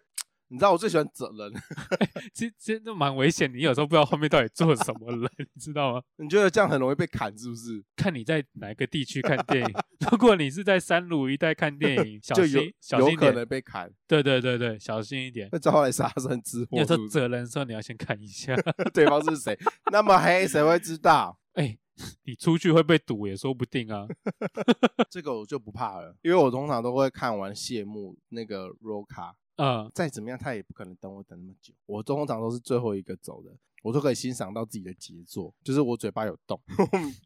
知道我最喜欢整人。
其实真的蛮危险，你有时候不知道后面到底坐什么人， 你知道吗？
你觉得这样很容易被砍是不是？
看你在哪一个地区看电影。 如果你是在三鲁一带看电 影，小
就有
心小心
有
一
可
点
能。被砍，
对对对对，小心一点。
会招来杀身之祸
你有时
是
候
不是？
责人的时候，你要先看一下。
对方是 谁？那么黑谁会知道？
哎、你出去会被堵也说不定啊。
这个我就不怕了，因为我通常都会看完谢幕那个 Roca，
嗯，
再怎么样他也不可能等我等那么久，我通常都是最后一个走的。我都可以欣赏到自己的杰作，就是我嘴巴有动，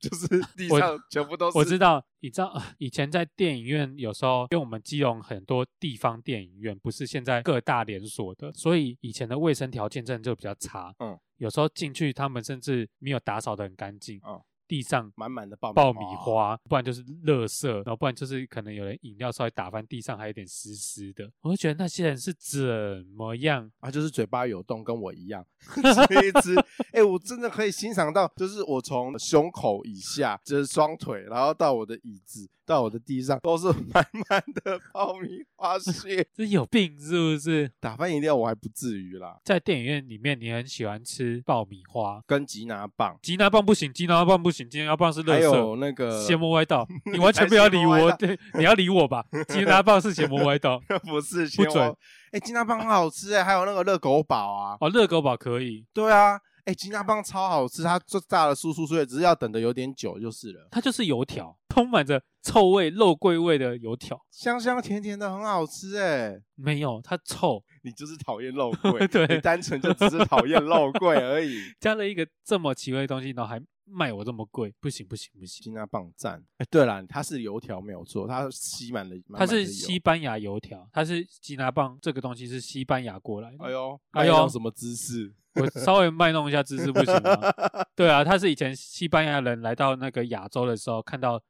就是地
我
上全部都是。
我知道，你知道 啊以前在电影院有时候，因为我们基隆很多地方电影院不是现在各大连锁的，所以以前的卫生条件真的就比较差。
嗯，
有时候进去他们甚至没有打扫的很干净，
嗯
地上
满满的爆米
爆米
花
花，不然就是垃圾，然后不然就是可能有人饮料稍微打翻地上还有点湿湿的，我就觉得那些人是怎么样？
啊，就是嘴巴有洞，跟我一样 吃一吃。哎、我真的可以欣赏到，就是我从胸口以下，就是双腿，然后到我的椅子，到我的地上，都是 满满的爆米花屑。
这有病是不是？
打翻饮料我还不至于啦，
在电影院里面，你很喜欢吃爆米花，
跟吉拿棒，
吉拿棒不行，吉拿棒不行，吉拿棒是垃
还有
圾，
那个
邪魔歪 道，你
你
完全
才
不要
邪
理
魔歪
我，
道
对，你要理我吧，吉拿棒是邪魔歪道。
不是
不
先
准
我哎、吉拿棒很好吃哎、还有那个热狗堡啊，
哦，热狗堡可以，
对啊，哎、吉拿棒超好吃，它最大的酥酥脆，只是要等的有点久就是了。
它就是油条，充满着臭味、肉桂味的油条。
香香甜甜的，很好吃哎、
没有，它臭，
你就是讨厌肉桂，
对
你单纯就只是讨厌肉桂而
。
已
加了一个这么奇怪的东西，然后还卖我这么贵，不行不行不行！
金娜棒赞，哎、对了，它是油条没有错，它吸满了，满满
它
的
是
油
西，班牙油条，它是吉拿棒这个东西是西班牙过来的。
哎呦，
哎
哎
呦
呦，什么姿势？
我稍微卖弄一下知识不行吗？ 对啊，它是以前西班牙人来到那个亚洲的时候看到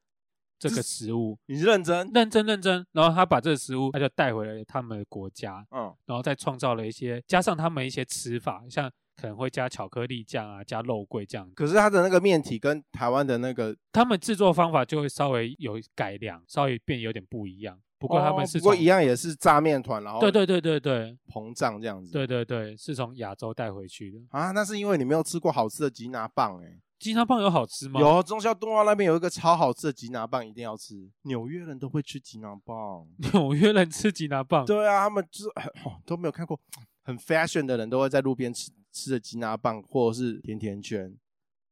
这个食物，
你认真？
认真认真，然后他把这个食物他就带回了他们的国家，
嗯，
然后再创造了一些加上他们一些吃法，像可能会加巧克力酱啊，加肉桂酱，
可是它的那个面体跟台湾的那个，
他们制作方法就会稍微有改良，稍微变有点不一样。哦不
不
过他们是
哦不过
从
一样也是炸面团，然后
对对对对对
膨胀这样子。
对对对，是从亚洲带回去的。
啊，那是因为你没有吃过好吃的吉拿棒哎、
金沙棒有好吃吗？，
有中孝东路那边有一个超好吃的吉拿棒，一定要吃。纽约人都会吃吉拿棒。
纽约人吃吉拿棒，
对啊，他们就是、哦、都没有看过很 fashion 的人，都会在路边吃吃着吉拿棒或者是甜甜圈。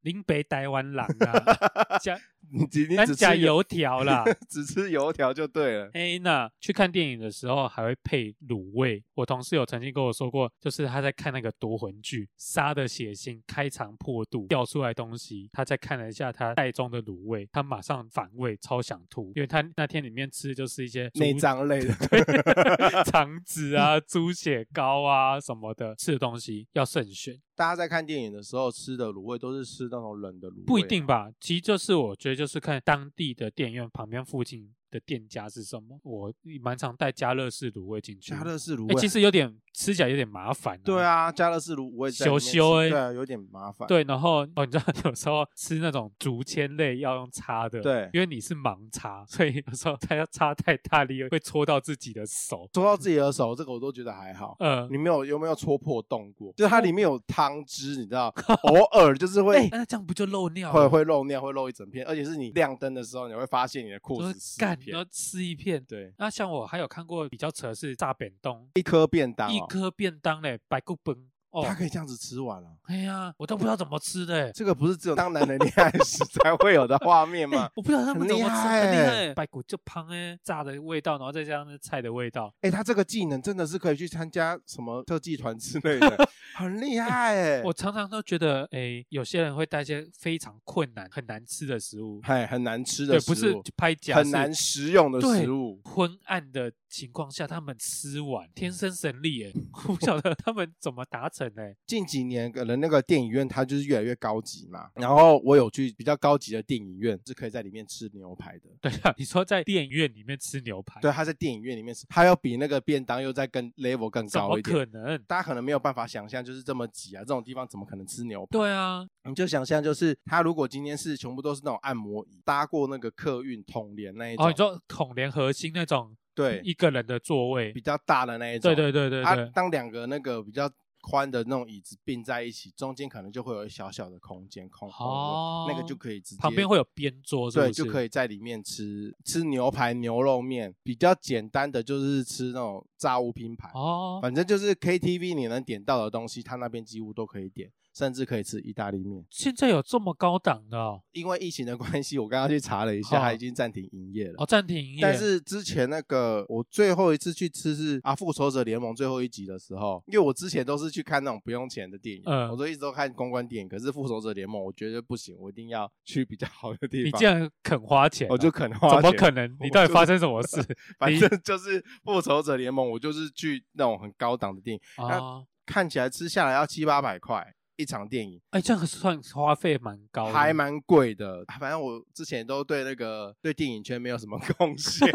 林北台湾人啊， 加
你只你
咱
只
加
吃
油，条啦。
只吃油条就对了。
啊哎，那去看电影的时候还会配卤味。我同事有曾经跟我说过，就是他在看那个夺魂剧《杀的血腥》，开肠破肚掉出来东西，他再看了一下他袋中的卤味，他马上反胃，超想吐，因为他那天里面吃的就是一些猪
内脏类的，
肠子啊、猪血糕啊什么的，吃的东西要慎选，
大家在看电影的时候吃的卤味都是吃那种冷的卤味，啊
不一定。吧？其实就是我觉得就是看当地的电影院旁边附近的店家是什么。我蛮常带加乐士卤味进去，
加乐士卤
哎、
味、
其实有点吃起来有点麻烦、
对，啊，家乐氏卤我也在里面吃
羞羞欸
对啊，有点麻烦。
对，然后哦，你知道有时候吃那种竹签类要用叉的，
对
因为你是盲叉，所以有时候它要叉太大力会戳到自己的手。
戳到自己的手，这个我都觉得还好。
呃，
你没有有没有戳破洞过？就是它里面有汤汁，你知 道，偶尔就是会
哎那这样不就漏尿
会
了？
会漏尿，会漏一整片，而且是你亮灯的时候，你会发现你的裤子
就是
湿
干，然
片
后。吃一片。
对，
那像我还有看过比较扯的是炸扁冬，
一颗便当、
一
哦，
颗便当嘞，白骨崩哦
它，可以这样子吃完了、
哎呀，我都不知道怎么吃的欸，
这个不是只有当男人恋爱时才会有的画面吗？
哎我不知道他们
很
怎么
厉
吃，
害
很厉
欸
害欸，白骨就胖哎，炸的味道，然后再加上那菜的味道，
哎、他这个技能真的是可以去参加什么特技团之类的， 很厉害 哎、
我常常都觉得，哎、有些人会带一些非常困难、很难吃的食物，
嗨，欸很难吃
对
的，食
不
物，
是拍假，
很
是
难食用的
对
食物。
昏暗的情况下，他们吃完，天生神力哎， 我不晓得他们怎么达成哎。
近几年可能那个电影院它就是越来越高级嘛，然后我有去比较高级的电影院是可以在里面吃牛排的。
对啊，你说在电影院里面吃牛排，
对，，他啊在电影院里面吃，它要比那个便当又再更 level 更
怎
高
么
一
可
点。
能？
大家可能没有办法想象，就是这么挤啊，这种地方怎么可能吃牛排？
对啊，
你就想象，就是他如果今天是全部都是那种按摩椅，搭过那个客运统联那一种，
哦，你说统联核心那种，
对
一个人的座位
比，较大的那一种，
对对对对
啊
对，，
当两个那个比较宽的那种椅子并在一起，中间可能就会有小小的空间空空
哦
位，那个就可以直接
旁边会有边桌，是不
对，
是？
就可以在里面吃吃牛排、牛肉面，比较简单的就是吃那种炸物拼盘，
哦，
反正就是 KTV 你能点到的东西，他那边几乎都可以点，甚至可以吃意大利面。
现在有这么高档的哦，
因为疫情的关系，我刚刚去查了一下，
哦
它已经暂停营业了
哦。暂停营业，
啊但是之前那个我最后一次去吃是《啊复仇者联盟》最后一集的时候，因为我之前都是去看那种不用钱的电影，
嗯
我都一直都看公关电影。可是《复仇者联盟》我觉得不行，我一定要去比较好的地
你
方。
竟然肯花钱啊，
我就肯花
怎么
钱
可能？
我
你到底
就
发生什么事？
反
你
正就是《复仇者联盟》，我就是去那种很高档的电影， 那
啊，
看起来吃下来要七八百块一场电影，
哎，这样算花费蛮高的，
还蛮贵的。啊反正我之前都对那个对电影圈没有什么 贡献。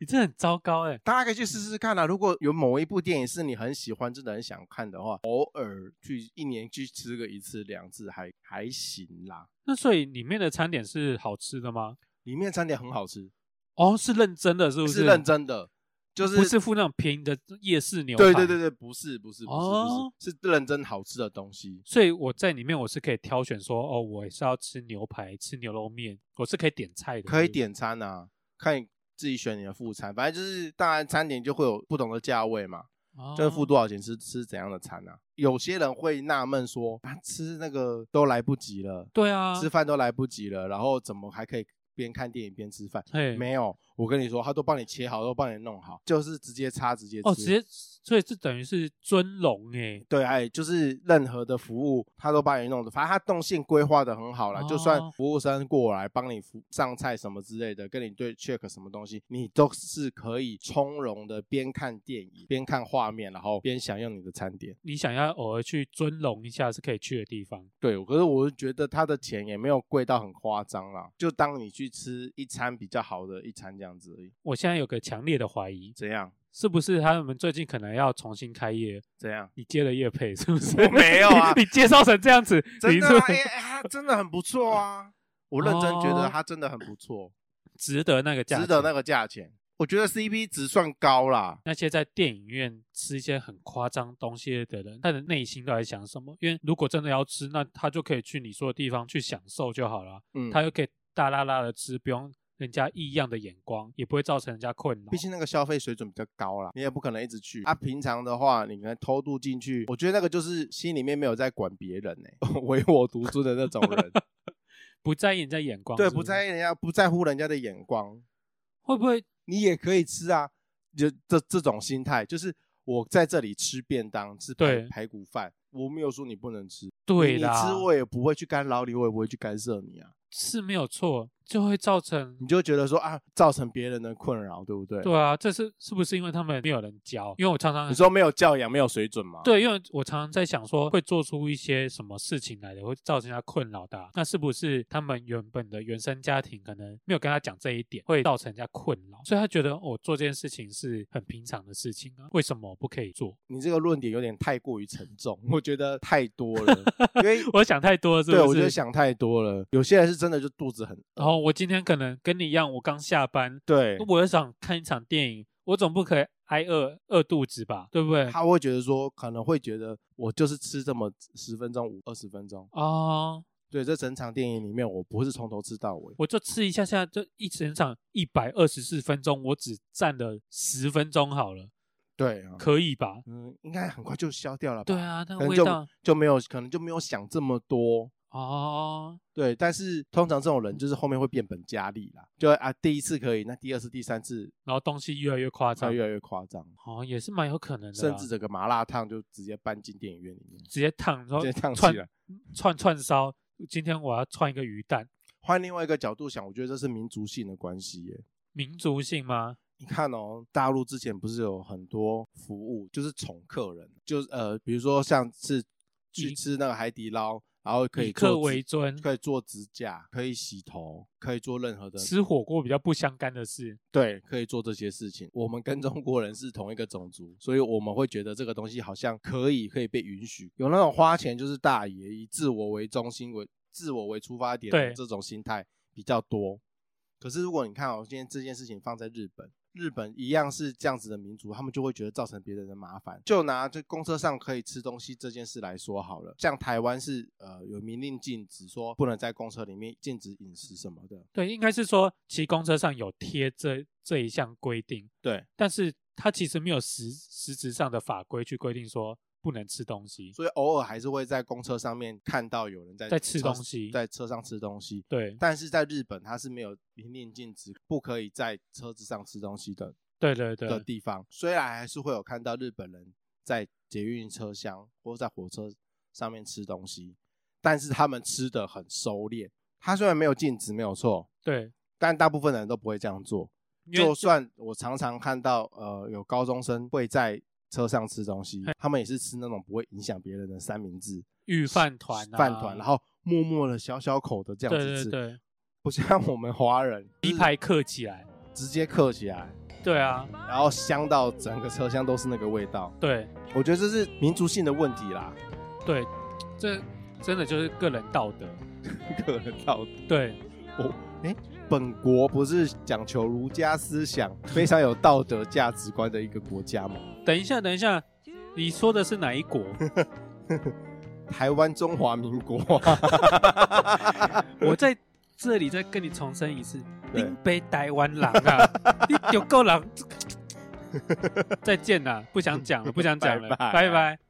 你这很糟糕哎。
大家可以去试试看啦、啊如果有某一部电影是你很喜欢，真的很想看的话，偶尔去一年去吃个一次两次还还行啦。
那所以里面的餐点是好吃的吗？
里面餐点很好吃，
哦，是认真的，是不
是认，真的，就是
不是付那种便宜的夜市牛排？
对对对。对，不是不是不是、
哦
不是，是认真好吃的东西。
所以我在里面我是可以挑选说，哦，我是要吃牛排，吃牛肉面，我是可以点菜的，
可
是
以
不是。
点餐啊，看你自己选你的副餐，反正就是当然餐点就会有不同的价位嘛，
哦
就是付多少钱吃吃怎样的餐啊。有些人会纳闷说，啊吃那个都来不及了，
对啊，
吃饭都来不及了，然后怎么还可以边看电影边吃饭？
嘿
没有，我跟你说，他都帮你切好，都帮你弄好，就是直接插直接吃。
哦，直接，所以这等于是尊龙哎，
对，哎，就是任何的服务，他都帮你弄的，反正他动线规划的很好啦，
哦
就算服务生过来帮你服上菜什么之类的，跟你对 check 什么东西，你都是可以从容的边看电影边看画面，然后边享用你的餐点。
你想要偶尔去尊龙一下是可以去的地方。
对，可是我是觉得他的钱也没有贵到很夸张啦，就当你去吃一餐比较好的一餐这样子而已。
我现在有个强烈的怀疑，
怎样？
是不是他们最近可能要重新开业？
怎样？
你接了业配是不是？
我没有啊
你你介绍成这样子，
真
你
的
是不
啊，
是
哎、哎他真的很不错啊，我认真觉
哦
得他真的很不错。
值得那个价钱，
值得那个价钱。我觉得 CP 值算高啦，
那些在电影院吃一些很夸张东西的人，他的内心到底想什么？因为如果真的要吃，那他就可以去你说的地方去享受就好了，啊
嗯，
他又可以大拉拉的吃，不用人家异样的眼光，也不会造成人家困扰
毕。竟那个消费水准比较高啦，你也不可能一直去啊。平常的话，你可能偷渡进去，我觉得那个就是心里面没有在管别人呢、 唯我独尊的那种 人，
不在意人家眼光，
对，
是
不
是
在意人家，不在乎人家的眼光，
会不会
你也可以吃啊，就这这种心态，就是我在这里吃便当，吃排
对
排骨饭，我没有说你不能吃，
对
你
啦，
吃我也不会去干扰你，我也不会去干涉你啊。
是没有错，就会造成
你就觉得说啊，造成别人的困扰，对不对？
对啊，这是是不是因为他们没有人教？因为我常常
你说没有教养，没有水准吗？，
对，因为我常常在想说，会做出一些什么事情来的，会造成他困扰的啊、那是不是他们原本的原生家庭可能没有跟他讲这一点，会造成人家困扰，所以他觉得我、做这件事情是很平常的事情啊，为什么不可以做？
你这个论点有点太过于沉重，我觉得太多 了，因为
我想太多了是不
对
是？
我觉得想太多了。有些人是真的就肚子很
然后我今天可能跟你一样，我刚下班，
对，
我又想看一场电影，我总不可以挨饿饿肚子吧，对不对？
他会觉得说，可能会觉得我就是吃这么十分钟、五二十分钟。
哦，
对，这整场电影里面，我不是从头吃到尾。
我就吃一下下，就一整场一百二十四分钟，我只站了十分钟好了，
对啊，
可以吧？
嗯，应该很快就消掉了吧？
对，啊，
可
那个
能
味
就
道
就没有，可能就没有想这么多。
哦，
对，但是通常这种人就是后面会变本加厉啦，就会啊第一次可以，那第二次、第三次
然后东西越来越夸
才
张
会，越来越夸张，
哦，也是蛮有可能的
甚
啦，
至整个麻辣烫就直接搬进电影院里面，
直接烫，然后
直接烫起
串
来。
串串烧。今天我要串一个鱼蛋，
换另外一个角度想，我觉得这是民族性的关系耶。
民族性吗？
你看哦，大陆之前不是有很多服务，就是宠客人，就是呃，比如说像是去
以
吃那个海底捞，然后可
以
以
客
做指
为尊，
可以做指甲，可以洗头，可以做任何的，
吃火锅比较不相干的事。
对，可以做这些事情。我们跟中国人是同一个种族，所以我们会觉得这个东西好像可以，可以被允许。有那种花钱就是大爷，以自我为中心为自我为出发点的
对
这种心态比较多。可是如果你看哦，今天这件事情放在日本。日本一样是这样子的民族，他们就会觉得造成别人的麻烦。就拿这公车上可以吃东西这件事来说好了，像台湾是呃有明令禁止说不能在公车里面禁止饮食什么的，
对，应该是说骑公车上有贴这这一项规定，
对，
但是它其实没有实实质上的法规去规定说不能吃东西。
所以偶尔还是会在公车上面看到有人在
在吃
车
东西嗯
在车上吃东西。
对
但是在日本，它是没有明令禁止不可以在车子上吃东西的
对对对
的，地方。虽然还是会有看到日本人在捷运车厢或在火车上面吃东西，但是他们吃的很收敛。他虽然没有禁止，没有错，
对，
但大部分人都不会这样做。
因为
就算我常常看到，呃，有高中生会在车上吃东西，他们也是吃那种不会影响别人的三明治，
御饭团、啊、
饭团，然后默默的小小口的这样
对
子
对
吃，
对，
不像我们华人
一排刻起来。
直接刻起来，
对啊，
然后香到整个车厢都是那个味道。
对
我觉得这是民族性的问题啦，
对，这真的就是个人道德。
个人道德。
对，
本国不是讲求儒家思想，非常有道德价值观的一个国家吗？
等一下，等一下，你说的是哪一国？
台湾中华民国，
我在这里再跟你重 申一次，
对
林北台湾狼啊，你 有够狼！再见啦，不想讲了，不想讲了，
拜拜
拜拜。